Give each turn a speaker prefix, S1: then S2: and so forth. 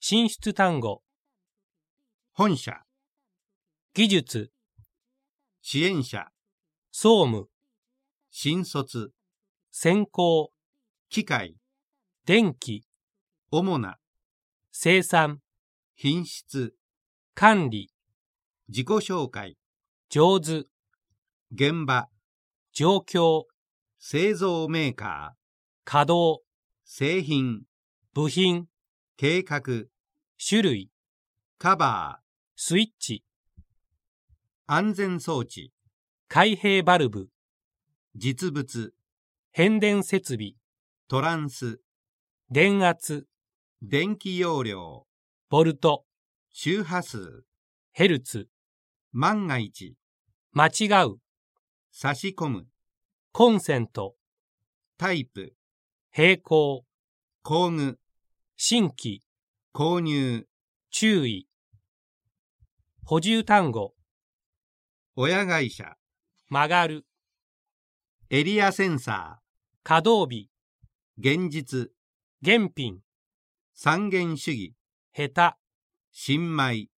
S1: 進出単語、
S2: 本社、
S1: 技術、
S2: 支援者、
S1: 総務、
S2: 新卒、
S1: 先行、
S2: 機械、
S1: 電気、
S2: 主な、
S1: 生産、
S2: 品質、
S1: 管理、
S2: 自己紹介、
S1: 上手、
S2: 現場、
S1: 状況、
S2: 製造メーカー、
S1: 稼働、
S2: 製品、
S1: 部品、
S2: 計画、
S1: 種類、
S2: カバ
S1: スイッチ、
S2: ー、安全装置、
S1: 開閉バルブ、
S2: 実物、
S1: 変電設備、
S2: トランス、
S1: 電圧、
S2: 電気容量、
S1: ボルト、
S2: 周波数、
S1: ヘルツ、
S2: 万が一、
S1: 間違う、
S2: 差し込む、
S1: コンセント、
S2: タイプ、
S1: 平行、
S2: 工具、
S1: 新規、
S2: 購入、
S1: 注意。補充単語、
S2: 親会社、
S1: 曲がる、
S2: エリアセンサ
S1: 稼働日、
S2: ー、現実、
S1: 現品、
S2: 三元主義、
S1: 下手。
S2: 新米。